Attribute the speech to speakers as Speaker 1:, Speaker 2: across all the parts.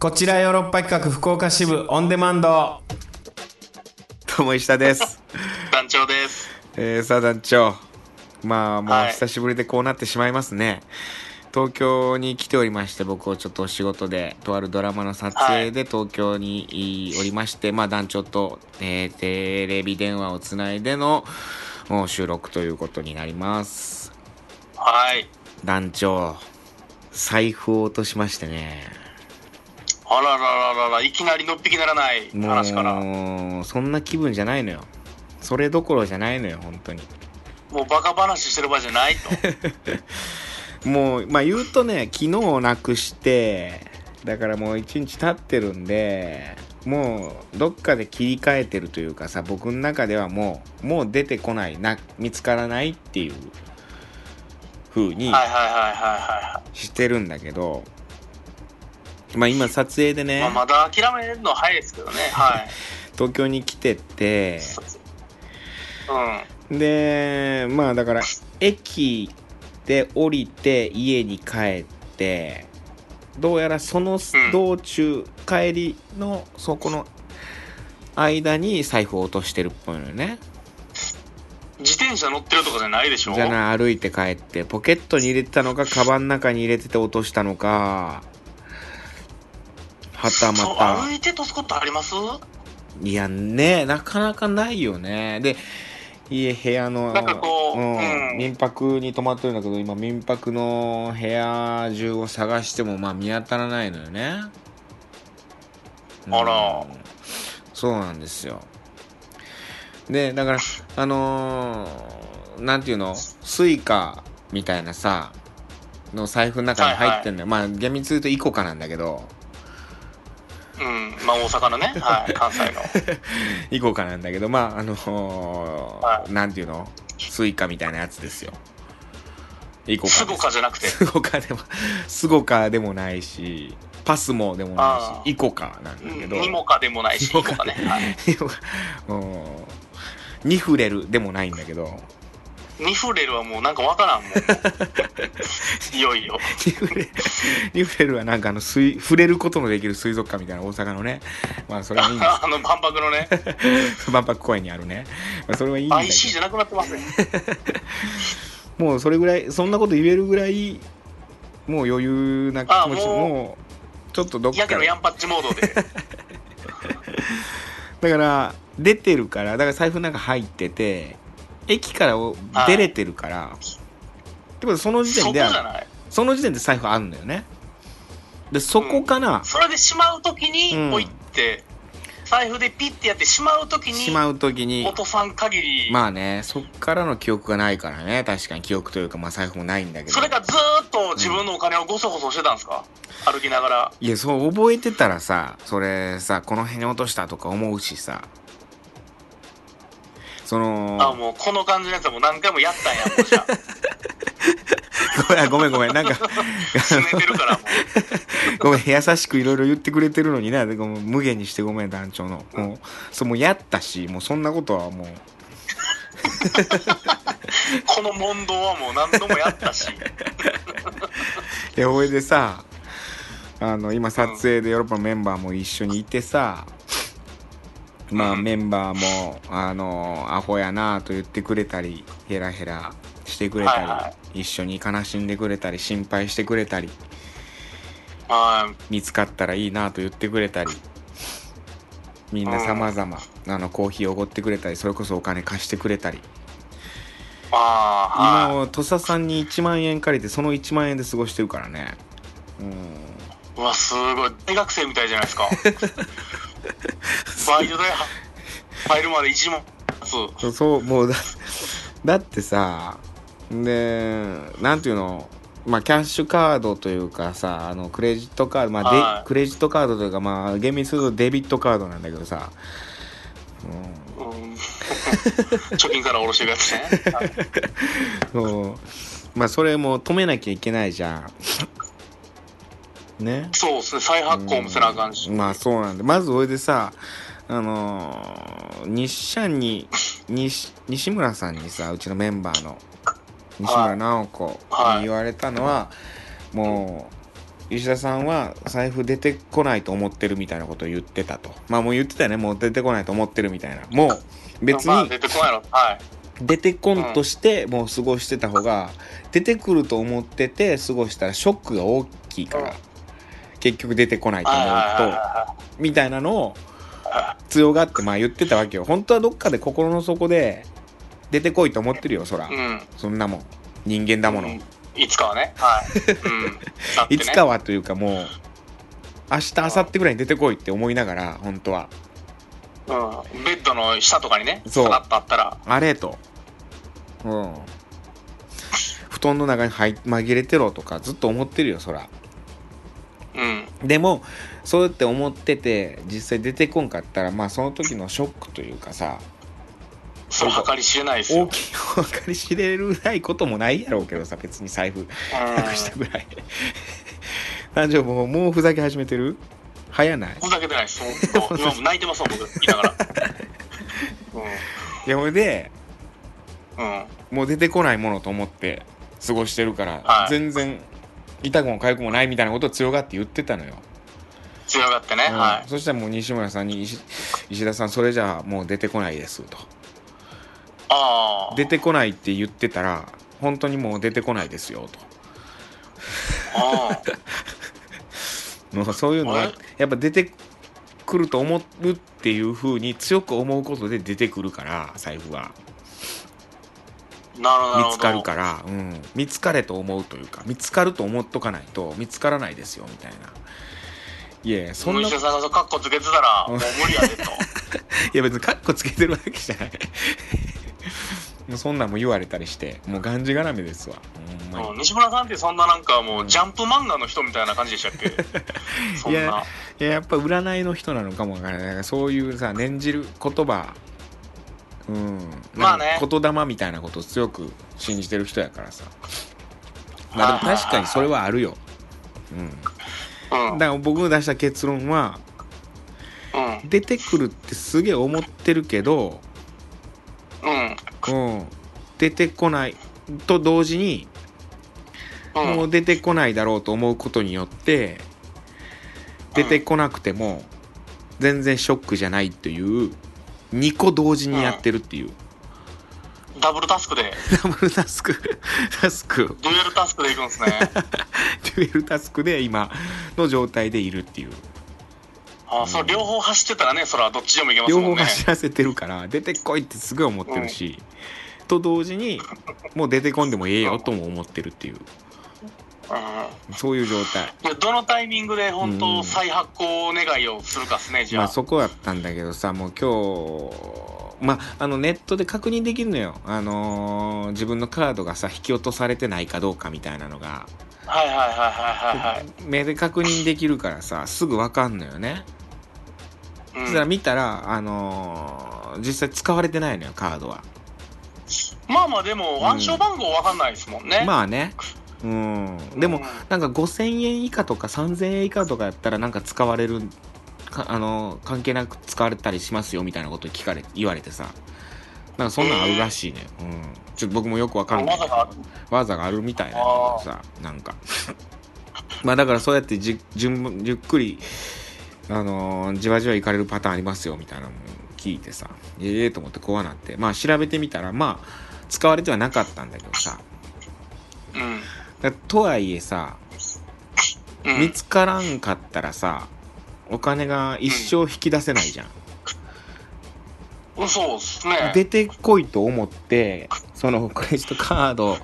Speaker 1: こちらヨーロッパ企画福岡支部オンデマンド
Speaker 2: 友下 です、
Speaker 3: 団長です。
Speaker 2: えー、さあ団長まあも
Speaker 3: は
Speaker 2: う
Speaker 3: い
Speaker 2: 久しぶりでこうなってしまいますね、東京に来ておりまして僕をちょっとお仕事でとあるドラマの撮影で東京にいおりまして、まあ団長と、えーテレビ電話をつないでのもう収録ということになります
Speaker 3: はい。
Speaker 2: 団長財布を落としましてね
Speaker 3: あららららら、いきなりのっぴきならない話から。も
Speaker 2: もうそんな気分じゃないのよそれどころじゃないのよ本当に
Speaker 3: うバカ話してる場合じゃない と。
Speaker 2: もうまあ言うとね昨日なくしてだからもう一日経ってるんでもうどっかで切り替えてるというかさ僕の中ではもうもう出てこないな見つからないっていう風に
Speaker 3: はいはいはいは
Speaker 2: してるんだけど、まあ今撮影で
Speaker 3: いはい。
Speaker 2: ね
Speaker 3: まあ、まだ諦めるのは早いですけど ね。はい。
Speaker 2: 東京に来てて
Speaker 3: うん。
Speaker 2: でまあだから駅で降りて家に帰ってどうやらその
Speaker 3: うん
Speaker 2: 道中、帰りのそこの間に財布を落としてるっぽいのよね
Speaker 3: 自転車乗ってるとかじゃないでしょ
Speaker 2: じゃない歩いて帰ってポケットに入れてたのかカバンの中に入れてて落としたのかはた
Speaker 3: そう
Speaker 2: ま
Speaker 3: 歩いてとすことあります
Speaker 2: たいやねなかなかないよねで家部屋の
Speaker 3: なんかこう
Speaker 2: うん
Speaker 3: うん
Speaker 2: 民泊に泊まってるんだけど今民泊の部屋中を探してもまあ見当たらないのよね、うん
Speaker 3: あら
Speaker 2: そうなんですよでだからあのーなんていうのスイカみたいなさの財布の中に入ってんのよ、まあ厳密に言うとイコカなんだけど
Speaker 3: うん。まあ大阪 のね。はい。関西の。
Speaker 2: イコカなんだけどまああのー
Speaker 3: は
Speaker 2: なんていうのスイカみたいなやつですよイコカ
Speaker 3: すごかじゃなくて。
Speaker 2: スゴカでも、スゴカでもないし、パスモでもな
Speaker 3: あ
Speaker 2: いし、イコカなんだけど、
Speaker 3: にもかでもないし、
Speaker 2: にも
Speaker 3: と
Speaker 2: か
Speaker 3: かね。はい
Speaker 2: イコカうんニフレルでもないんだけど、
Speaker 3: ニフレルはもうなんかわからんも ん。いよいよ。
Speaker 2: ニフレル、ニフレルはなんかあの水、触れることのできる水族館みたいな大阪のね、まあそれはいいんで
Speaker 3: あの万博のね、
Speaker 2: す。万博公園にあるね。まあそれはいいんだけ
Speaker 3: IC じゃなくなってますね。
Speaker 2: ど、もうそれぐらい、そんなこと言えるぐらい、もう余裕な気持ち、
Speaker 3: あもう
Speaker 2: もう、ちょっとどっか
Speaker 3: やけどヤンパッチモードで。
Speaker 2: だから出てるからだから財布なんか入ってて駅からお
Speaker 3: はい
Speaker 2: 出れてるからってことはその時点
Speaker 3: そこ
Speaker 2: で
Speaker 3: じ
Speaker 2: は
Speaker 3: ゃない
Speaker 2: その時点で財布あるんだよねでそこかな、
Speaker 3: それでしまうときに
Speaker 2: うん
Speaker 3: 置いて、財布でピッてやってしまうとき
Speaker 2: し
Speaker 3: に
Speaker 2: まう時に
Speaker 3: 落とさん限り、
Speaker 2: まあねそっからの記憶がないからね確かに記憶というかまあ財布もないんだけど
Speaker 3: それがずーっと自分のお金をごそごそしてたんですか歩きながら
Speaker 2: いやそう覚えてたらさそれさこの辺に落としたとか思うしさその
Speaker 3: あもうこの感じのやつはもう何回もやったんやもうじゃあ
Speaker 2: ご めんごめんごめんなんか
Speaker 3: 拗ねてる からも
Speaker 2: ごめん、優しくいろいろ言ってくれてるのにな、でごめん無限にしてごめん、団長の。もう、そう、もうやったし、もうそんなことはもう、
Speaker 3: うこの問答はもう何度もやっ たし
Speaker 2: え、ほいでさ、あの、今撮影でヨーロッパのメンバーも一緒にいてさ、まあ
Speaker 3: うん
Speaker 2: メンバーも、あの、アホやなと言ってくれたり、ヘラヘラしてくれたり、
Speaker 3: はいは
Speaker 2: 一緒に悲しんでくれたり、心配してくれたり、
Speaker 3: はい
Speaker 2: 見つかったらいいなと言ってくれたりみんな様々あのコーヒーおごってくれたりそれこそお金貸してくれたり
Speaker 3: あ
Speaker 2: 今は土佐さんに1万円借りてその1万円で過ごしてるからねうん
Speaker 3: ーうわすごい大学生みたいじゃないで すかバイト代は入るまで一問
Speaker 2: そうそうもうだだってさでなんていうのまあキャッシュカードというかさあのクレジットカードまあで、
Speaker 3: はい
Speaker 2: クレジットカードというかまあ厳密に言うとデビットカードなんだけどさ、うん、
Speaker 3: う ん貯金から下ろしてるやつねはい
Speaker 2: そうまあそれも止めなきゃいけないじゃんね
Speaker 3: そうですね、再発行もせなあかんし。
Speaker 2: まあそうなんでまずおいでさあのー日社に西西村さんにさうちのメンバーの西村直子
Speaker 3: はい
Speaker 2: に言われたのは、もう石田さんは財布出てこないと思ってるみたいなことを言ってたと。まあもう言ってたよね。もう出てこないと思ってるみたいな。もう別
Speaker 3: まあ
Speaker 2: に
Speaker 3: 出てこないの。はい。
Speaker 2: 出てこんとしてもう過ごしてた方が、出てくると思ってて過ごしたらショックが大きいか
Speaker 3: うん
Speaker 2: ら、結局出てこないと思
Speaker 3: はいはいう
Speaker 2: と、
Speaker 3: は
Speaker 2: みたいなのを強がってまあ言ってたわけよ。本当はどっかで心の底で出てこいと思ってるよ、そら
Speaker 3: いはい。。うん。
Speaker 2: そんなもん。人間だもの。
Speaker 3: うんいつかはね。はい。 うん。だって
Speaker 2: い
Speaker 3: ね
Speaker 2: つかはというかもう明日明後日ぐらいに出てこいって思いながら本当は
Speaker 3: うん。ベッドの下とかにね、
Speaker 2: そう
Speaker 3: さらっとあったら、
Speaker 2: あれとうん布団の中に入紛れてろとかずっと思ってるよそら
Speaker 3: うん。
Speaker 2: でもそうやって思ってて実際出てこんかったらまあその時のショックというかさ
Speaker 3: そう計り知れないですよ。
Speaker 2: 大きいお分かり知れるないこともないやろうけどさ別に財布なくしたぐらい誕生もうもうふざけ始めてる早ない
Speaker 3: ふざけてないです。もう今も泣いてますもん、僕、言いながら。
Speaker 2: いやほいで
Speaker 3: うん。うん。
Speaker 2: もう出てこないものと思って過ごしてるから、
Speaker 3: はい
Speaker 2: 全然痛くも痒くもないみたいなことを強がって言ってたのよ、
Speaker 3: 強がってね。
Speaker 2: うん
Speaker 3: はい。
Speaker 2: そしたらもう西村さんに石「石田さんそれじゃあもう出てこないです」と
Speaker 3: あ
Speaker 2: 「
Speaker 3: あ。
Speaker 2: 出てこない」って言ってたら「本当にもう出てこないですよ」
Speaker 3: あー
Speaker 2: ともうそういうの
Speaker 3: あ
Speaker 2: は
Speaker 3: れ
Speaker 2: やっぱ出てくると思うっていうふうに強く思うことで出てくるから財布は
Speaker 3: なるほど。なほど
Speaker 2: 見つかるから、うん、見つかれと思うというか見つかると思っとかないと見つからないですよみたいないやいやそん
Speaker 3: お
Speaker 2: な
Speaker 3: 医者さんがそうカッコつけてたら、もう無理やでと。
Speaker 2: いや別にカッコつけてるわけじゃない もうそんなんも言われたりしてもうがんじがらめですわほんまに
Speaker 3: うん、西村さんってそんななんかもうジャンプ漫画の人みたいな感じでしたっ けそん
Speaker 2: いや
Speaker 3: ない
Speaker 2: ややっぱ占いの人なのかもわからないなんかそういうさ念じる言葉うん
Speaker 3: まあね
Speaker 2: なんか言霊みたいなことを強く信じてる人やからさまあでも確かにそれはあるようん
Speaker 3: うんうん
Speaker 2: だから僕の出した結論は出てくるってすげえ思ってるけど
Speaker 3: うん
Speaker 2: うん出てこないと同時に
Speaker 3: うん
Speaker 2: もう出てこないだろうと思うことによって出てこなくても全然ショックじゃないという2個同時にやってるっていう、
Speaker 3: ダブルタスクで
Speaker 2: ダブルタスクタスク
Speaker 3: デュエルタスクでいくんで すね
Speaker 2: デュエルタスクで今の状態でいるっていう
Speaker 3: あーそれ両方走ってたらねそれはどっちでもいけます
Speaker 2: 両
Speaker 3: も
Speaker 2: 方
Speaker 3: んね
Speaker 2: 走らせてるから出てこいってすごい思ってるし、と同時にもう出てこんでもええよとも思ってるっていう
Speaker 3: うん
Speaker 2: そういう状態
Speaker 3: いやどのタイミングで本
Speaker 2: う
Speaker 3: 当
Speaker 2: ん
Speaker 3: 再発行願いをするかっすねじゃあ、
Speaker 2: まあそこやったんだけどさもう今日まああのネットで確認できるのよあのー自分のカードがさ引き落とされてないかどうかみたいなのが、
Speaker 3: はいはいはいはいはいはい
Speaker 2: 目で確認できるからさすぐ分かんのよね、
Speaker 3: うん
Speaker 2: そしたら見たらあのー実際使われてないのよカードは
Speaker 3: まあまあでも
Speaker 2: ん
Speaker 3: 暗証番号わかんないですもんね、
Speaker 2: まあねうんでも、
Speaker 3: うん
Speaker 2: なんか5000円以下とか3000円以下とかやったらなんか使われるかあの関係なく使われたりしますよみたいなこと聞かれ言われてさなんかそんなんあるらしいね、うんちょっと僕もよくわかんない
Speaker 3: わざが
Speaker 2: 技があるみたいなんだけどさなんか まあだからそうやってじじゅんゆっくりあのーじわじわいかれるパターンありますよみたいなのも聞いてさええと思って怖なってまあ調べてみたらまあ使われてはなかったんだけどさ
Speaker 3: うん
Speaker 2: だとはいえさ
Speaker 3: うん
Speaker 2: 見つからんかったらさお金が一生引き出せないじゃん、
Speaker 3: うんそうっすね
Speaker 2: 出てこいと思ってそのクレジットカード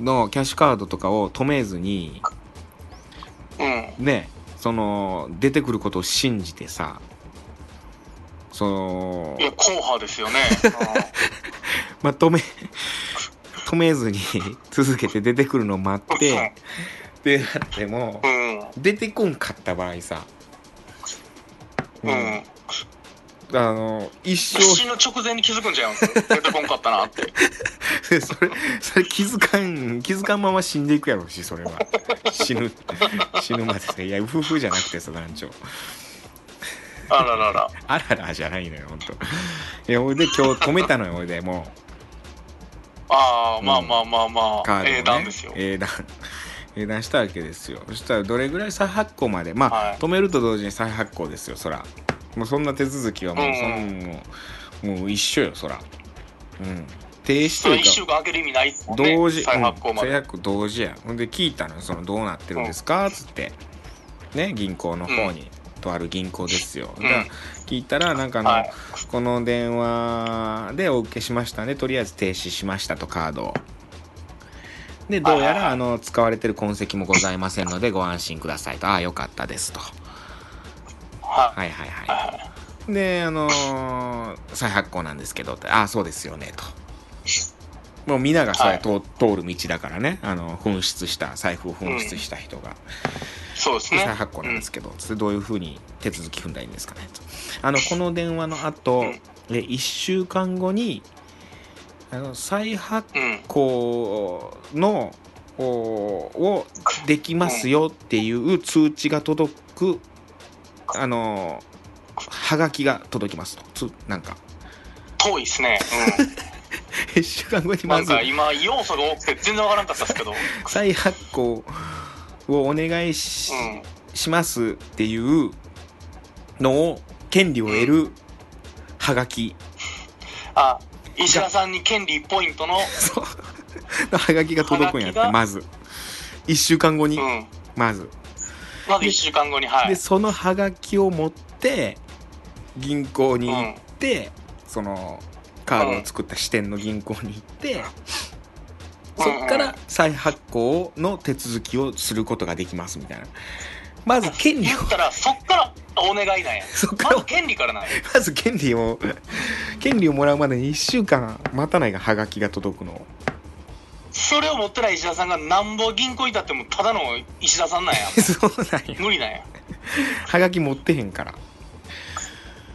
Speaker 2: のキャッシュカードとかを止めずに
Speaker 3: うん
Speaker 2: ねその出てくることを信じてさその
Speaker 3: いや硬派ですよね、
Speaker 2: まあ止め止めずに続けて出てくるのを待 ってでなっても
Speaker 3: うんうん
Speaker 2: 出てこんかった場合さ、
Speaker 3: うん
Speaker 2: あの一生
Speaker 3: 死の直前に気づくんちゃいます出てこんかった なって。
Speaker 2: それそれ気づかん気づかんまま死んでいくやろうしそれは死ぬ死ぬまでさいや夫婦じゃなくてさ団長
Speaker 3: あららら。
Speaker 2: あららじゃないのよほんといやほいで今日止めたのよほいでもう
Speaker 3: ああ、まあまあまあまあ、
Speaker 2: カードをね
Speaker 3: 英断ですよ。
Speaker 2: 英断油断したわけですよそしたらどれぐらい再発行までまあ、
Speaker 3: はい
Speaker 2: 止めると同時に再発行ですよそらもうそんな手続きはもう,、
Speaker 3: うん
Speaker 2: そんもうもう一緒よそらうん停止
Speaker 3: そ
Speaker 2: と
Speaker 3: の
Speaker 2: いう
Speaker 3: 1
Speaker 2: か
Speaker 3: 週間空ける意味ないっすもんね
Speaker 2: 同時、
Speaker 3: 再発行ま
Speaker 2: うん
Speaker 3: で、
Speaker 2: 制約同時やほんで聞いたのよそのどうなってるんですか、つってね銀行の方に、とある銀行ですよ、
Speaker 3: うん
Speaker 2: だから聞いたらなんかあの、
Speaker 3: はい
Speaker 2: この電話でお受けしましたねとりあえず停止しましたとカードをでどうやらあの使われてる痕跡もございませんのでご安心くださいとああよかったですと
Speaker 3: は
Speaker 2: はいはいはいであのー再発行なんですけどってああそうですよねともう皆がそれ、
Speaker 3: はい
Speaker 2: 通通る道だからねあの紛失した財布を紛失した人が、
Speaker 3: い、そうです
Speaker 2: で
Speaker 3: ね
Speaker 2: 再発行なんですけど、それどういうふうに手続き踏んだらいいんですかねとあのこの電話の後
Speaker 3: うん
Speaker 2: え1週間後にあの再発
Speaker 3: うん、うん
Speaker 2: 行のおをできますよっていう通知が届くあのはがきが届きますとつなんか
Speaker 3: 遠いっすね、
Speaker 2: 1週間後に
Speaker 3: うん、な
Speaker 2: ま
Speaker 3: ん
Speaker 2: ず
Speaker 3: か今要素が多くて全然わからんかったです けど、
Speaker 2: 再発行をお願いし,、
Speaker 3: うん、
Speaker 2: しますっていうのを権利を得るはがき
Speaker 3: あ石田さんに権利1ポイントの、
Speaker 2: そう のはがきが届くんやって
Speaker 3: はがきが
Speaker 2: まず1週間後に
Speaker 3: うん、
Speaker 2: まず
Speaker 3: まず1週間後には
Speaker 2: で
Speaker 3: い、
Speaker 2: そのハガキを持って銀行に行って、そのカードを作った支店の銀行に行って、そっか
Speaker 3: うんうん
Speaker 2: ら再発行の手続きをすることができますみたいなまず権 利を
Speaker 3: 言ったらそっからお願いなんや
Speaker 2: そっか
Speaker 3: まず
Speaker 2: ら
Speaker 3: 権利からなんや
Speaker 2: まず権利を権利をもらうまでに1週間待たないがハガキが届くのを
Speaker 3: それを持ってない石田さんがなんぼ銀行いたってもただの石田 さんなんや
Speaker 2: そうなんや
Speaker 3: 無理なんや
Speaker 2: ハガキ持ってへんから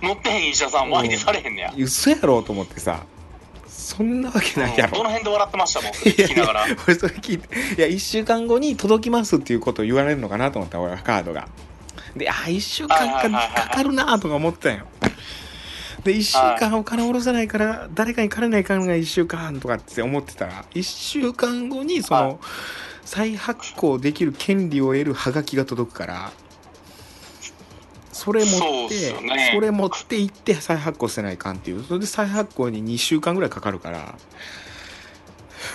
Speaker 3: 持ってへん石田さん湧いてされへんねや
Speaker 2: 嘘やろうと思ってさそんなわけないや
Speaker 3: うん
Speaker 2: ろ
Speaker 3: どの辺で笑ってましたもん聞きながら
Speaker 2: 俺それ聞いていや1週間後に届きますっていうことを言われるのかなと思った俺はカードがであ1週間
Speaker 3: はいはいはいは
Speaker 2: か
Speaker 3: い
Speaker 2: かかるなとか思ってたんよで1週間お金下ろせないから誰かに借りないからが1週間とかって思ってたら1週間後にそ
Speaker 3: は
Speaker 2: の再発行できる権利を得るハガキが届くからそれ持
Speaker 3: そう
Speaker 2: っ
Speaker 3: ってすよね
Speaker 2: それ持って行って再発行せないかんっていうそれで再発行に2週間ぐらいかかるから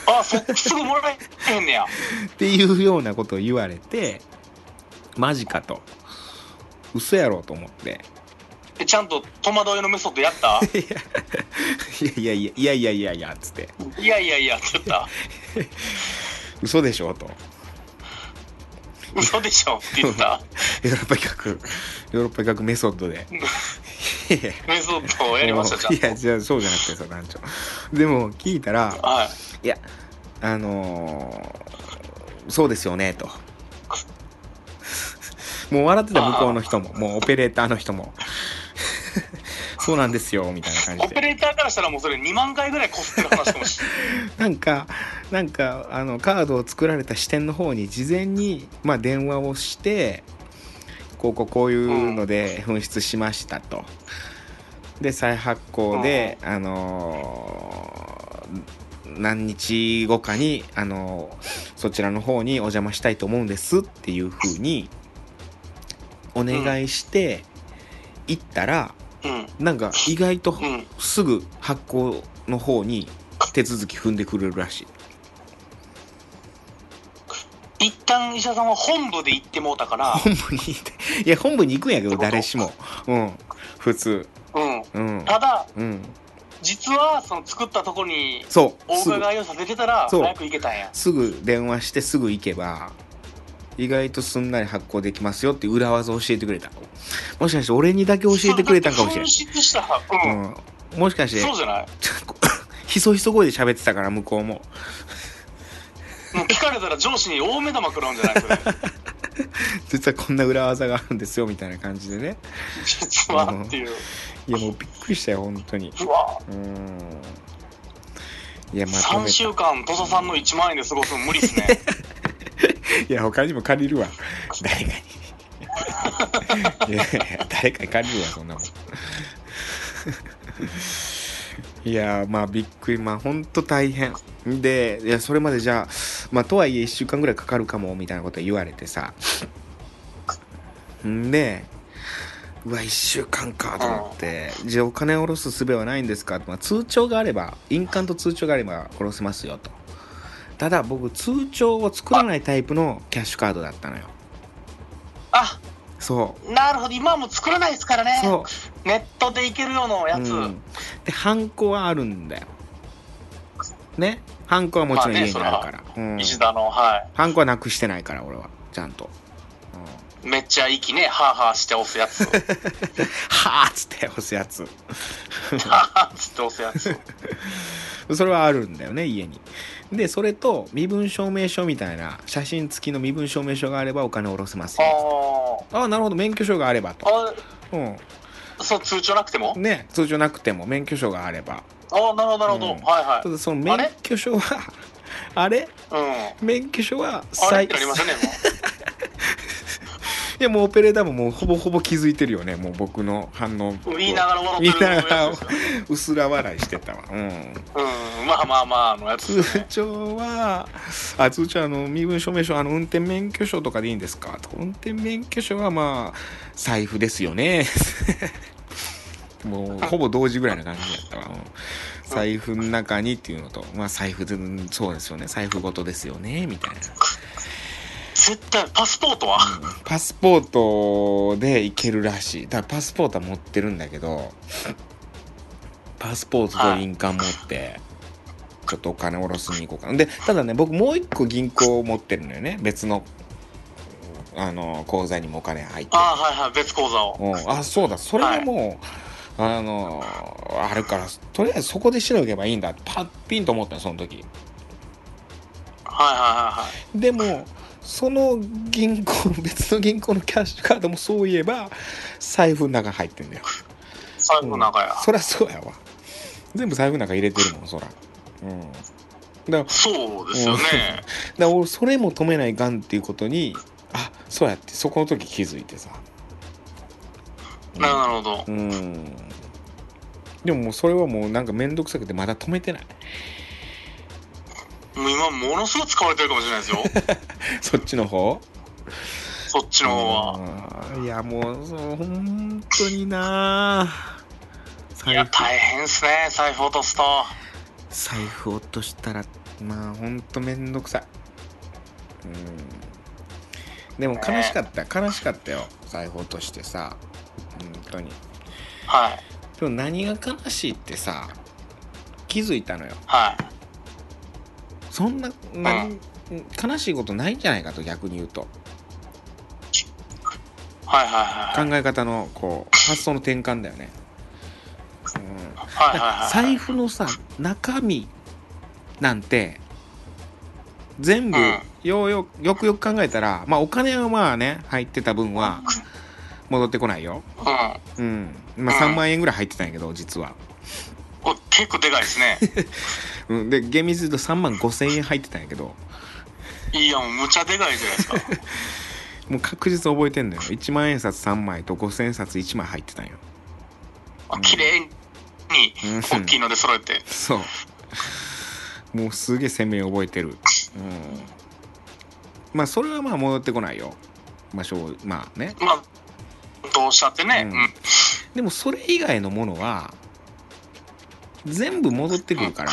Speaker 3: あそすぐもらえへんねや
Speaker 2: っていうようなことを言われてマジかと嘘やろうと思って
Speaker 3: でちゃんと戸惑いのメソッドや った
Speaker 2: いやいやいやいやいやいやいやっつって
Speaker 3: いやいやいやって言った
Speaker 2: 嘘でしょと
Speaker 3: 嘘でしょって言った
Speaker 2: ヨーロッパ企画ヨーロッパ企画メソッドでいやい
Speaker 3: メソッドをやりました
Speaker 2: もう
Speaker 3: じ
Speaker 2: いやじゃあそうじゃなくてさ団長でも聞いたら
Speaker 3: ゃんはい
Speaker 2: いやあのーそうですよねともう笑ってた向こうの人ももうオペレーターの人も そうなんですよみたいな感じ
Speaker 3: オ
Speaker 2: で
Speaker 3: ペレーターからしたらもうそれ2万回ぐらいこすってる話かもしれ
Speaker 2: なんかなんかあのカードを作られた支店の方に事前に、まあ、電話をしてこうこうこういうので紛失しましたと。で再発行で、あのー何日後かに、あのーそちらの方にお邪魔したいと思うんですっていう風にお願いして行ったら、
Speaker 3: ない
Speaker 2: なんか意外と
Speaker 3: うんうん
Speaker 2: すぐ発行の方に手続き踏んでくれるらしい
Speaker 3: 一旦石田さんは本部で行ってもうたから
Speaker 2: 本部に行っていや 本部に行くんやけど誰しもうん普通
Speaker 3: うん
Speaker 2: うん
Speaker 3: ただ
Speaker 2: うん
Speaker 3: 実はその作ったところに
Speaker 2: そう
Speaker 3: お
Speaker 2: すぐ
Speaker 3: 伺いをさせてたら
Speaker 2: そう
Speaker 3: 早く行けたんや
Speaker 2: すぐ電話してすぐ行けば意外とすんなり発行できますよっていう裏技を教えてくれたもしかして俺にだけ教えてくれたんかもしれ、
Speaker 3: 紛失したうん
Speaker 2: うん、もしかし
Speaker 3: ん、
Speaker 2: て
Speaker 3: そうじゃない
Speaker 2: ひそひそ声で喋ってたから向こうも
Speaker 3: もう聞かれたら上司に大目玉食らうんじゃないそれ
Speaker 2: 実はこんな裏技があるんですよみたいな感じでね
Speaker 3: 実はっていう
Speaker 2: いやもうびっくりしたよ本当に
Speaker 3: うわ
Speaker 2: うんいやまとめ
Speaker 3: 3
Speaker 2: た
Speaker 3: 週間土佐さんの1万円で過ごすの無理っすね
Speaker 2: いや他にも借りるわ誰かにいやいや誰かに借りるわそんなもんいやまあびっくりまあほんと大変でいやそれまでじゃあまあとはいえ1週間ぐらいかかるかもみたいなこと言われてさんでうわ1週間かと思ってじゃあお金を下ろす術はないんですか、まあ、通帳があれば印鑑と通帳があれば下ろせますよとただ僕通帳を作らないタイプのキャッシュカードだったのよ
Speaker 3: あ
Speaker 2: そう
Speaker 3: なるほど今はもう作らないですからね
Speaker 2: そ
Speaker 3: ネットでいけるような
Speaker 2: う、
Speaker 3: やつ、
Speaker 2: うん、でハンコはあるんだよねハンコはもちろん
Speaker 3: まあね
Speaker 2: 家にあるから、うん、
Speaker 3: 石田のは
Speaker 2: ハンコはなくしてないから俺はちゃんと、 うん、
Speaker 3: いめっちゃ息ねハーハーして押すや つ
Speaker 2: はあっつって押すやつ
Speaker 3: ハーハーして押すや つ
Speaker 2: それはあるんだよね家にでそれと身分証明書みたいな写真付きの身分証明書があればお金を下ろせます
Speaker 3: あ
Speaker 2: よああなるほど免許証があればと、
Speaker 3: ー
Speaker 2: う
Speaker 3: あそう通帳なくても
Speaker 2: ん、ね通常なくても免許証があれば
Speaker 3: ああなるほどなるほど、
Speaker 2: うん
Speaker 3: はい
Speaker 2: た
Speaker 3: は
Speaker 2: だその免許証はあれ
Speaker 3: い
Speaker 2: 免許証は
Speaker 3: うんあれ
Speaker 2: 最
Speaker 3: ってなりませんねも
Speaker 2: いやもうオペレーターももうほぼほぼ気づいてるよねもう僕の反応
Speaker 3: う言いながら笑ってるやつですよ
Speaker 2: うすら笑いしてたわうん
Speaker 3: うんまあまあまあのやつ
Speaker 2: 通
Speaker 3: で すね
Speaker 2: 帳は、あ、通帳あの、身分証明書、あの、運転免許証とかでいいんですかと運転免許証はまあ、財布ですよね。 もう、ほぼ同時ぐらいな感じやったわ。うん財布の中にっていうのと、まあ、財布で、うんそうですよね。財布ごとですよね。みたいな。
Speaker 3: 絶対パスポートは
Speaker 2: パスポートで行けるらしい。だからパスポートは持ってるんだけど、パスポートと印鑑持って、ちょっとお金下ろしに行こうかな。で、ただね、僕もう一個銀行を持ってるのよね。別の、あの、口座にもお金入ってる。
Speaker 3: ああはいはい別口座を
Speaker 2: うんあ、そうだ。それはもう、あの、あるから、とりあえずそこでしのげばいいんだ。パッピンと思ったの、その時。
Speaker 3: はいはいはいはい
Speaker 2: でもその銀行 別の銀行のキャッシュカードもそういえば財布の中に入ってんだよ、
Speaker 3: 財布
Speaker 2: うん
Speaker 3: の中や、
Speaker 2: そりゃそうやわ全部財布の中入れてるもんそらうんだからだか
Speaker 3: そうですよね、
Speaker 2: ら俺それも止めないがんっていうことにあそうやってそこの時気づいてさ
Speaker 3: なるほど
Speaker 2: うんでももうそれはもうなんか面倒くさくてまだ止めてない
Speaker 3: もう今ものすごい使われてるかもしれな いですよ
Speaker 2: そっちの方
Speaker 3: そっちの方は
Speaker 2: うんいやもうそう本当にな
Speaker 3: い
Speaker 2: 財
Speaker 3: や大変っすね財布落とすと
Speaker 2: 財布落としたらまあほんとめんどくさいうんでも悲しかった、悲しかったよ財布落としてさ本当に
Speaker 3: はい
Speaker 2: でも何が悲しいってさ気づいたのよ
Speaker 3: はい
Speaker 2: そんな何悲しいことないんじゃないかと逆に言うと
Speaker 3: はいはい
Speaker 2: 考
Speaker 3: はい
Speaker 2: え方のこう発想の転換だよね、うん、
Speaker 3: はいはいはい
Speaker 2: 財布のさ中身なんて全部
Speaker 3: うん
Speaker 2: ようよよくよく考えたらまあお金はまあね入ってた分は戻ってこないよ
Speaker 3: はい
Speaker 2: うんまあ
Speaker 3: うん
Speaker 2: 3万円ぐらい入ってたんやけど実は、
Speaker 3: うんお結構でかいで すね
Speaker 2: うん、で厳密に言うと3万5千円入ってたんやけど
Speaker 3: いやもうむちゃでかいじゃないですか
Speaker 2: もう確実に覚えてんのよ1万円札3枚と5千円札1枚入ってたんよ
Speaker 3: あ綺麗に
Speaker 2: うん
Speaker 3: 大きいので揃えて
Speaker 2: そうもうすげえ鮮明に覚えてるうんまあそれはまあ戻ってこないよまあしょうまあね
Speaker 3: まあどうしたってね、
Speaker 2: う
Speaker 3: うんん
Speaker 2: でもそれ以外のものは全部戻ってくるから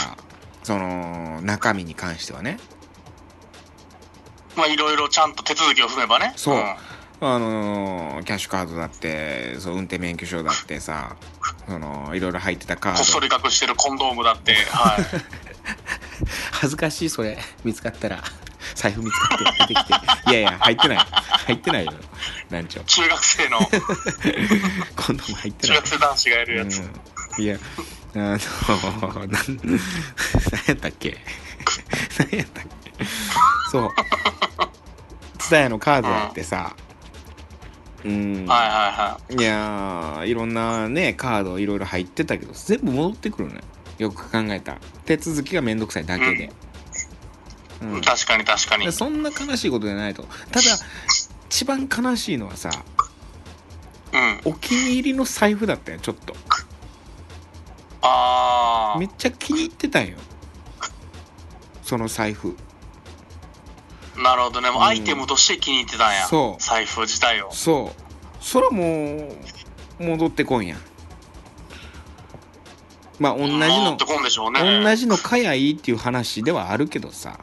Speaker 2: その中身に関してはね
Speaker 3: まあいろいろちゃんと手続きを踏めばね
Speaker 2: そうんあのーキャッシュカードだってそう運転免許証だってさそのいろいろ入ってたカー
Speaker 3: こっそ
Speaker 2: ド
Speaker 3: り隠してるコンドームだってはい
Speaker 2: 恥ずかしいそれ見つかったら 財布見つかって出てきていやいや入ってない入ってないよなんちょ
Speaker 3: 中学 生の
Speaker 2: 今度も入って
Speaker 3: 中
Speaker 2: ない
Speaker 3: 学生男子がやるやつ、
Speaker 2: うん、いやあの なん何やったっけ何やったっけそう蔦屋のカードだってさうん、
Speaker 3: はいはいはい
Speaker 2: い、やーいろんなねカードいろいろ入ってたけど全部戻ってくるのよよく考えたら手続きがめんどくさいだけで、うん
Speaker 3: 確かに確かに
Speaker 2: そんな悲しいことじゃないとただ一番悲しいのはさ
Speaker 3: うん
Speaker 2: お気に入りの財布だったよちょっと
Speaker 3: ああ
Speaker 2: めっちゃ気に入ってたんよその財布
Speaker 3: なるほどね。もうアイテムとして気に入ってたんや。
Speaker 2: そう
Speaker 3: 財布自体を。
Speaker 2: そうそらもう戻ってこんやんまあ同じ
Speaker 3: 持
Speaker 2: の
Speaker 3: ってこんでしょうね。
Speaker 2: 同じのかやいいっていう話ではあるけどさ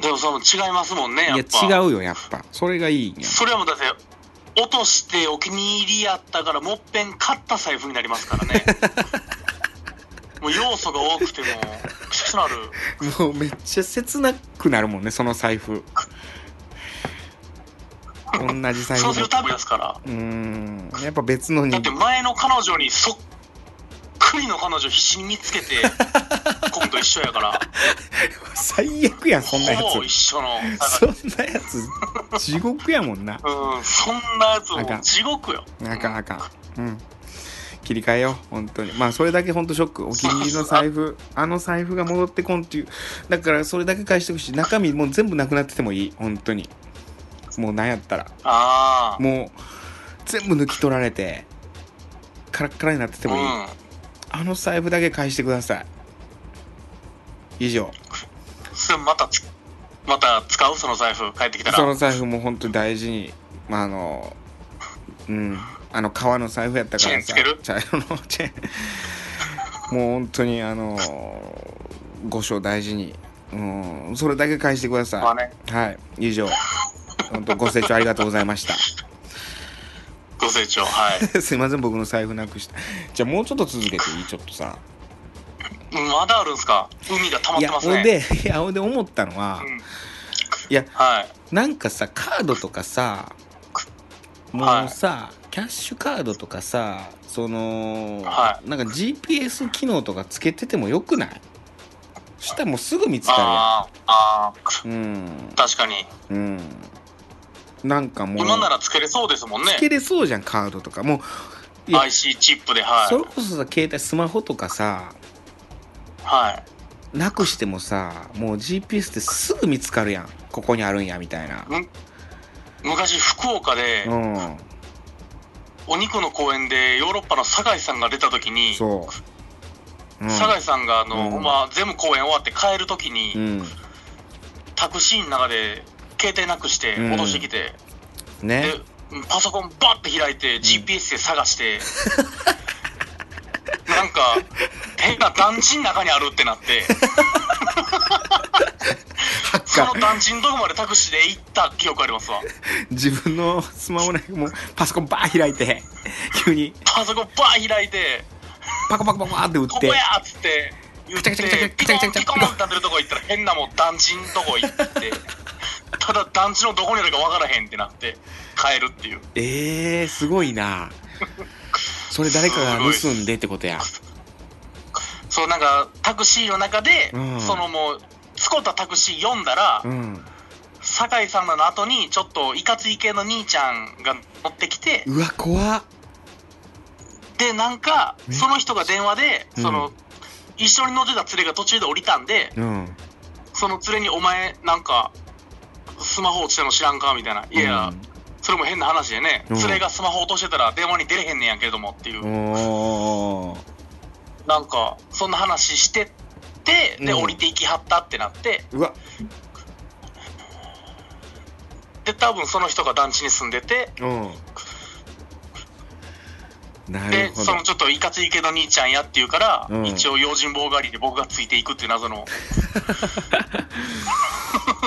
Speaker 3: でもその違いますもんね、や
Speaker 2: い
Speaker 3: っ
Speaker 2: や
Speaker 3: ぱ。
Speaker 2: 違うよやっぱそれがいいん や
Speaker 3: それはもうだって、落としてお気に入りやったから、もっぺん買った財布になりますか らね。もう要素が多くても、くしゃく しゃなる。
Speaker 2: もうめっちゃ切なくなるもんねその財布同じ財
Speaker 3: そうす
Speaker 2: 布
Speaker 3: る
Speaker 2: だ
Speaker 3: ためですから。
Speaker 2: うーんやっぱ別のに
Speaker 3: だって前の彼女にそっくりの彼女必死に 見つけて、今度一緒やから、
Speaker 2: 最悪やんそんなや
Speaker 3: ほぼ一緒の。
Speaker 2: つそんなやつ地獄やもんな
Speaker 3: うん、そんなやつも
Speaker 2: あかん
Speaker 3: 地獄よ。
Speaker 2: あかんあかんうん切り替えよう本当にまあそれだけ本当ショックお気に入りの財布あの財布が戻ってこんっていうだからそれだけ返してほしい中身もう全部なくなっててもいい本当にもうなんやったら
Speaker 3: ああ。
Speaker 2: もう全部抜き取られてカラッカラになっててもいい、
Speaker 3: うん。
Speaker 2: あの財布だけ返してください以上
Speaker 3: それまたつ、また使うその財布、帰ってきたら。
Speaker 2: その財布も本当に大事にまああのうんあの革の財布やったからさ
Speaker 3: チェーンつ
Speaker 2: 茶色のチェーンもう本当にあのご賞大事にうんそれだけ返してください、
Speaker 3: まあね
Speaker 2: はい以上本当ご清聴ありがとうございました
Speaker 3: ご清聴、はい。
Speaker 2: すいません僕の財布なくしたじゃあもうちょっと続けていいちょっとさ
Speaker 3: まだあるんすか海が溜
Speaker 2: い
Speaker 3: まって
Speaker 2: や
Speaker 3: ます
Speaker 2: ほ
Speaker 3: ね。
Speaker 2: んでいやほんで思ったのは、
Speaker 3: うん
Speaker 2: いや
Speaker 3: はい。
Speaker 2: なんかさカードとかさもうさ、キャッシュカードとかさその、
Speaker 3: は
Speaker 2: なんか GPS 機能とかつけててもよくないしたらもうすぐ見つか
Speaker 3: あーあー、
Speaker 2: るやんうん
Speaker 3: 確かに。
Speaker 2: うんなんかもう
Speaker 3: 今ならつけれそうですもんね
Speaker 2: つ。けれそうじゃんカードとかもういや
Speaker 3: IC チップで、は
Speaker 2: そ
Speaker 3: い
Speaker 2: れ。こそさ携帯スマホとかさ
Speaker 3: はい。
Speaker 2: なくしてもさもう GPS ってすぐ見つかるやんここにあるんやみたいな
Speaker 3: 昔、福岡で
Speaker 2: う、ん
Speaker 3: お肉の公園でヨーロッパの酒井さんが出た時に、
Speaker 2: そう、うん、
Speaker 3: 酒井さんが、あ
Speaker 2: うん
Speaker 3: の、ほんま、全部公演終わって帰る時に、
Speaker 2: うん
Speaker 3: タクシーの中で携帯なくして
Speaker 2: うん
Speaker 3: 戻してきて、
Speaker 2: ね
Speaker 3: でパソコンバッて開いて GPS で探して、なんか変な団地の中にあるって なって
Speaker 2: ハッ
Speaker 3: そ
Speaker 2: カ
Speaker 3: の
Speaker 2: ー
Speaker 3: 団地のとこまでタクシーで行った記憶ありますわ
Speaker 2: 自分のスマホのもうパソコンバー開いて急に
Speaker 3: パソコンバー開いて
Speaker 2: パコパコパコって打
Speaker 3: 「こ
Speaker 2: っ
Speaker 3: こ
Speaker 2: て
Speaker 3: や!」っつって言って
Speaker 2: くちゃくちゃく
Speaker 3: ピ
Speaker 2: ち
Speaker 3: コ
Speaker 2: ゃくちゃ
Speaker 3: ン
Speaker 2: くちゃ
Speaker 3: ピコンってなってるとこ行ったら変なもう団地のとこ行 ってただ団地のどこにあるか分からへんってなって帰るっていう
Speaker 2: えー、すごいなそれ誰かが盗んでってことや
Speaker 3: そうなんかタクシーの中で、
Speaker 2: うん
Speaker 3: そのもう使ったタクシー読んだら、
Speaker 2: うん
Speaker 3: 酒井さんの後にちょっといかつい系の兄ちゃんが乗ってきて
Speaker 2: うわ怖っ
Speaker 3: でなんか
Speaker 2: ね
Speaker 3: その人が電話で、
Speaker 2: うん
Speaker 3: その一緒に乗ってた連れが途中で降りたんで
Speaker 2: うん
Speaker 3: その連れに「お前なんかスマホ落ちたの知らんか?」みたいな「いやいや、それも変な話でね、
Speaker 2: うん
Speaker 3: 連れがスマホ落としてたら電話に出れへんねんやけれども」っていう、
Speaker 2: うんおー
Speaker 3: なんかそんな話してってで
Speaker 2: うん
Speaker 3: 降りていきはったってなって
Speaker 2: うわ
Speaker 3: で多分その人が団地に住んでて
Speaker 2: うんなる
Speaker 3: で、
Speaker 2: ほ
Speaker 3: そ
Speaker 2: ど
Speaker 3: のちょっといかついけど兄ちゃんやって言うから、
Speaker 2: うん
Speaker 3: 一応用心棒狩りで僕がついていくっていう謎の、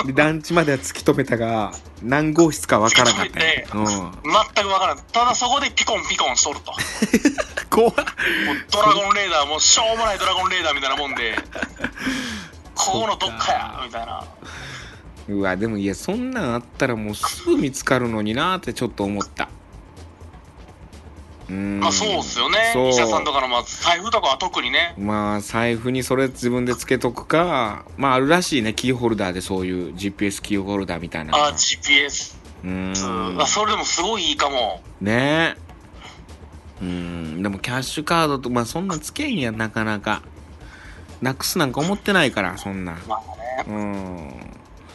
Speaker 2: で団地までは突き止めたが何号室かわからなかっ
Speaker 3: 突き
Speaker 2: たやうん
Speaker 3: 全くわからん。ただそこでピコンピコンしとると。もう
Speaker 2: 怖っ
Speaker 3: ドラゴンレーダー、もうしょうもないドラゴンレーダーみたいなも んで、ここのどっかや、みたいな。
Speaker 2: うわでもいやそんなんあったらもうすぐ見つかるのになーってちょっと思ったうーん
Speaker 3: まあそうっすよね。
Speaker 2: そう
Speaker 3: 医者さんとかの、まあ財布とかは特にね。
Speaker 2: まあ財布にそれ自分でつけとくかまああるらしいねキーホルダーでそういう GPS キーホルダーみたいなのが
Speaker 3: あ、GPS。
Speaker 2: うーん
Speaker 3: あそれでもすごいいいかも。
Speaker 2: ねえうーんでもキャッシュカードとまあそんなんつけんやんなかなかなくすなんか思ってないからそんなん
Speaker 3: まあね。
Speaker 2: うん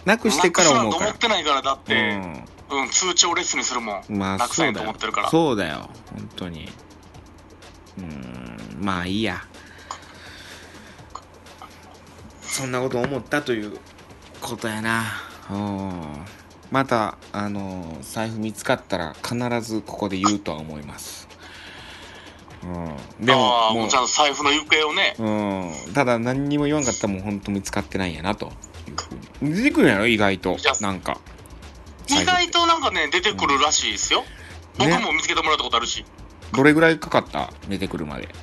Speaker 2: なくしてから思うか
Speaker 3: な
Speaker 2: ら
Speaker 3: くすなんて思ってないから、だっ
Speaker 2: う
Speaker 3: て、
Speaker 2: ん
Speaker 3: うん、通帳レッスンにするもん。
Speaker 2: まあ
Speaker 3: なく
Speaker 2: そ
Speaker 3: さ
Speaker 2: う
Speaker 3: いと
Speaker 2: だ
Speaker 3: 思
Speaker 2: よ
Speaker 3: ってるから。
Speaker 2: そうだよ本当にうーんまあいいやそんなこと思ったということやなうんまたあの財布見つかったら必ずここで言うとは思います、うん、で
Speaker 3: あ
Speaker 2: も
Speaker 3: あ、も
Speaker 2: も
Speaker 3: うちゃんと財布の行方をね。
Speaker 2: う、うん、ただ何にも言わんかったらもう本当見つかってないんやなというふうに出てくるんやろ意外と
Speaker 3: いや
Speaker 2: なんか財布
Speaker 3: 意外となんかね、出てくるらしいですよ。僕
Speaker 2: ね
Speaker 3: も見つけてもらったことあるし。
Speaker 2: どれぐらいかかった出てくるまで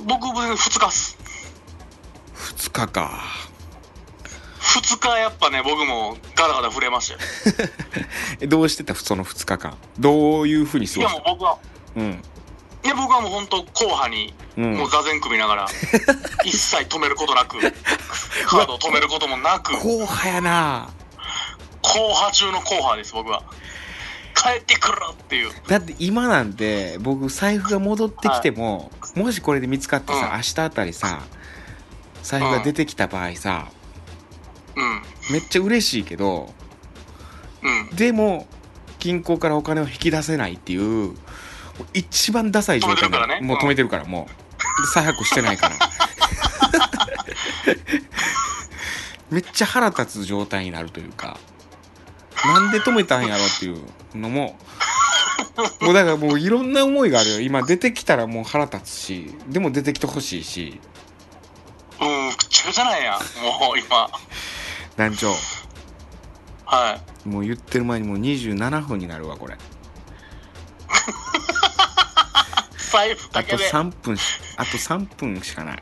Speaker 3: 僕、2日っす。
Speaker 2: 2日か
Speaker 3: 2日やっぱね、僕もガタガタ震えましたよ。
Speaker 2: えどうしてたその2日間どういうふうに過
Speaker 3: い
Speaker 2: ご
Speaker 3: や
Speaker 2: し
Speaker 3: もう
Speaker 2: た
Speaker 3: 僕は、
Speaker 2: うん
Speaker 3: いや僕はもう本当、硬派に、
Speaker 2: うん
Speaker 3: もう座禅組みなが ら、一切止めることなく、カードを止めることもなく、硬
Speaker 2: 後派やな
Speaker 3: 派中の硬派です、僕は。帰ってくるっていう。
Speaker 2: だって今なんて僕財布が戻ってきても、もしこれで見つかってさ、
Speaker 3: うん
Speaker 2: 明日あたりさ財布が出てきた場合さ、
Speaker 3: うん。
Speaker 2: めっちゃ嬉しいけど
Speaker 3: うん。
Speaker 2: でも銀行からお金を引き出せないっていうもう一番ダサい状態
Speaker 3: 止めてるからね
Speaker 2: もう
Speaker 3: うん
Speaker 2: 止めてるから、もう再発行してないから めっちゃ腹立つ状態になるというかなんで止めたんやろっていうのももうだからもういろんな思いがあるよ今出てきたらもう腹立つしでも出てきてほしいし
Speaker 3: うん、くっちゃくちゃなんや、もう今。
Speaker 2: 団長
Speaker 3: はい。
Speaker 2: もう言ってる前にもう27分になるわこれ
Speaker 3: 財布
Speaker 2: あ
Speaker 3: だ
Speaker 2: と
Speaker 3: けで。
Speaker 2: 3分しあと3分しかない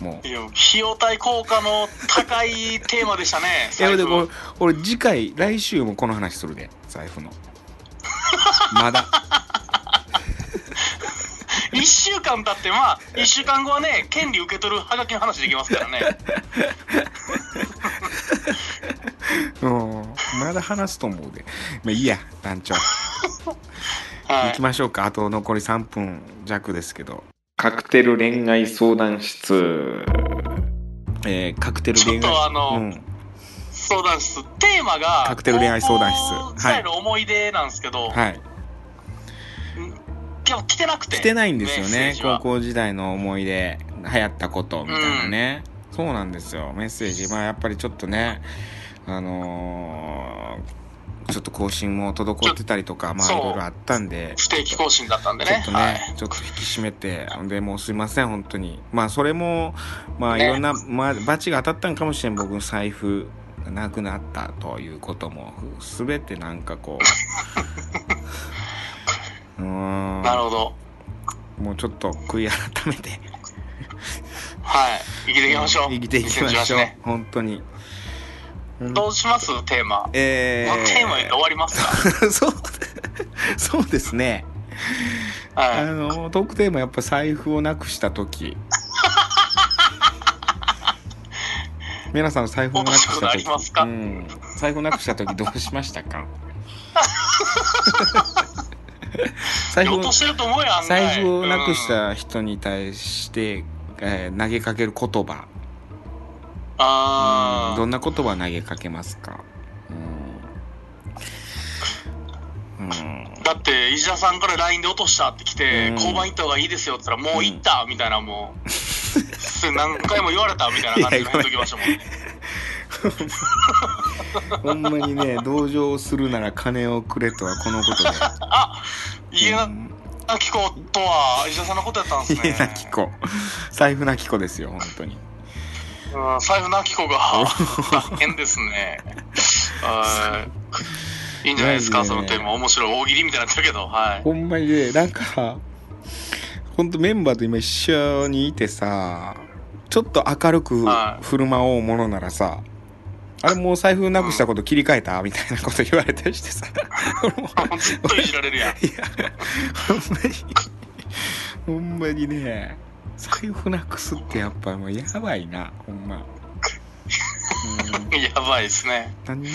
Speaker 2: もう
Speaker 3: いや、費用対効果の高いテーマでしたね。
Speaker 2: いや
Speaker 3: 財
Speaker 2: で
Speaker 3: 布
Speaker 2: も俺次回来週もこの話するで財布のま だ
Speaker 3: 一週間経って、まあ、一週間後はね、権利受け取るハガキの話できますからね。
Speaker 2: うんまだ話すと思うでまあいいや団長
Speaker 3: は
Speaker 2: 行
Speaker 3: い
Speaker 2: き。ましょうかあと残り3分弱ですけどカクテル恋愛相談室えー、カクテル恋愛
Speaker 3: ちょっとあの
Speaker 2: うん、
Speaker 3: 相談室テーマが
Speaker 2: カクテル恋愛相談室
Speaker 3: 高校時代の思い出なんですけど、
Speaker 2: はい
Speaker 3: 今日来てなくて
Speaker 2: 来てないんですよ
Speaker 3: メッ
Speaker 2: ね
Speaker 3: セージ
Speaker 2: 高
Speaker 3: は
Speaker 2: 校時代の思い出流行ったことみたいなね、そうなんですよメッセージまあやっぱりちょっとねあのーちょっと更新も滞ってたりとかまあ
Speaker 3: そう
Speaker 2: いろいろあったんで
Speaker 3: 不定期更新だったんで
Speaker 2: ちょ
Speaker 3: ね
Speaker 2: っと
Speaker 3: は
Speaker 2: ね
Speaker 3: い、
Speaker 2: ちょっと引き締めて、ほんで、もうすいません、本当に。まあ、それも、まあ、い
Speaker 3: ね
Speaker 2: ろんな、まあ、バチが当たったんかもしれん、僕の財布がなくなったということも、すべてなんかこ う、うーん、
Speaker 3: なるほど
Speaker 2: もうちょっと悔い改めて、
Speaker 3: はい生きていきましょう
Speaker 2: 生きていきましょ
Speaker 3: 2018
Speaker 2: う
Speaker 3: ね。
Speaker 2: 本当に。うん
Speaker 3: どうしますテーマ、
Speaker 2: え
Speaker 3: もうテーマ言って終わりますか、
Speaker 2: ー、そう、 そうですね。あ
Speaker 3: はい、
Speaker 2: の、トークテーマやっぱ財布をなくした 時。皆さん財布をなくした
Speaker 3: 落とし物あ
Speaker 2: 時
Speaker 3: りますか
Speaker 2: うん、財布をなくした時どうしました か財布
Speaker 3: 落
Speaker 2: を
Speaker 3: としてると思うよ案外
Speaker 2: 財布をなくし、た人に対して、えー投げかける言葉
Speaker 3: ああ
Speaker 2: どんな言葉投げかけますかうん、うん
Speaker 3: だって石田さんから LINE で落としたって来て、
Speaker 2: うん
Speaker 3: 交番行った方がいいですよって言ったらもう行ったみたいなも うそれ何回も言われたみたいな感じで返ってきましたもんね
Speaker 2: ほんまに ね同情するなら金をくれとはこのことで
Speaker 3: あ家なき子とは石田さんのことやったんですね
Speaker 2: 家なき子財布なき子ですよ本当に
Speaker 3: うん財布なき子が変ですねはいいいんじゃないですか、
Speaker 2: マジ
Speaker 3: そ
Speaker 2: でね
Speaker 3: のテーマ面白い大喜利みたいになってるけどはい
Speaker 2: ほんまにねなんかほんとメンバーと今一緒にいてさちょっと明るく
Speaker 3: はい
Speaker 2: 振る舞おうものならさあれもう財布なくしたこと切り替えたみたいなこと言われたりしてさ俺も
Speaker 3: ずっといじられるやん
Speaker 2: いやほんまにほんまにね財布なくすってやっぱもうやばいなほんま、うん、
Speaker 3: やばいですね
Speaker 2: 何にも、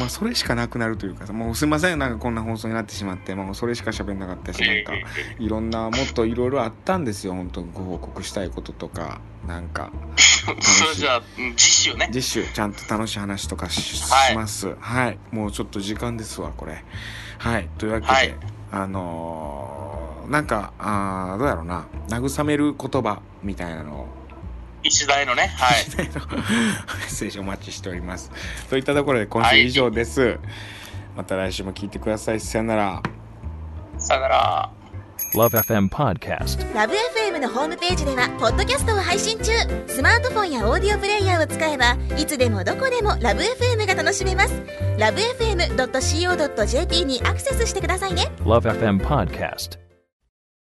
Speaker 2: まあ、それしかなくなるというかさもうすいませんなんかこんな放送になってしまって、まあ、それしか喋んなかったしなんかいろんなもっといろいろあったんですよ本当ご報告したいこととかなんか
Speaker 3: それじゃあうん次週ね
Speaker 2: 次週ちゃんと楽しい話とかし,、
Speaker 3: はい
Speaker 2: ますはいもうちょっと時間ですわこれはいというわけで、
Speaker 3: はい
Speaker 2: あのーなんかあーどうやろうな慰める言葉みたいなのを
Speaker 3: 石田へのね、はい。
Speaker 2: メッセージお待ちしております。といったところで今週以上です。また来週も聞いてください。さよなら。
Speaker 3: さよなら。
Speaker 4: Love FM Podcast.
Speaker 5: ラブ f m のホームページではポッドキャストを配信中スマートフォンやオーディオプレイヤーを使えばいつでもどこでもラブ f m が楽しめますラブ FM.co.jp にアクセスしてくださいね
Speaker 4: Love FM Podcast.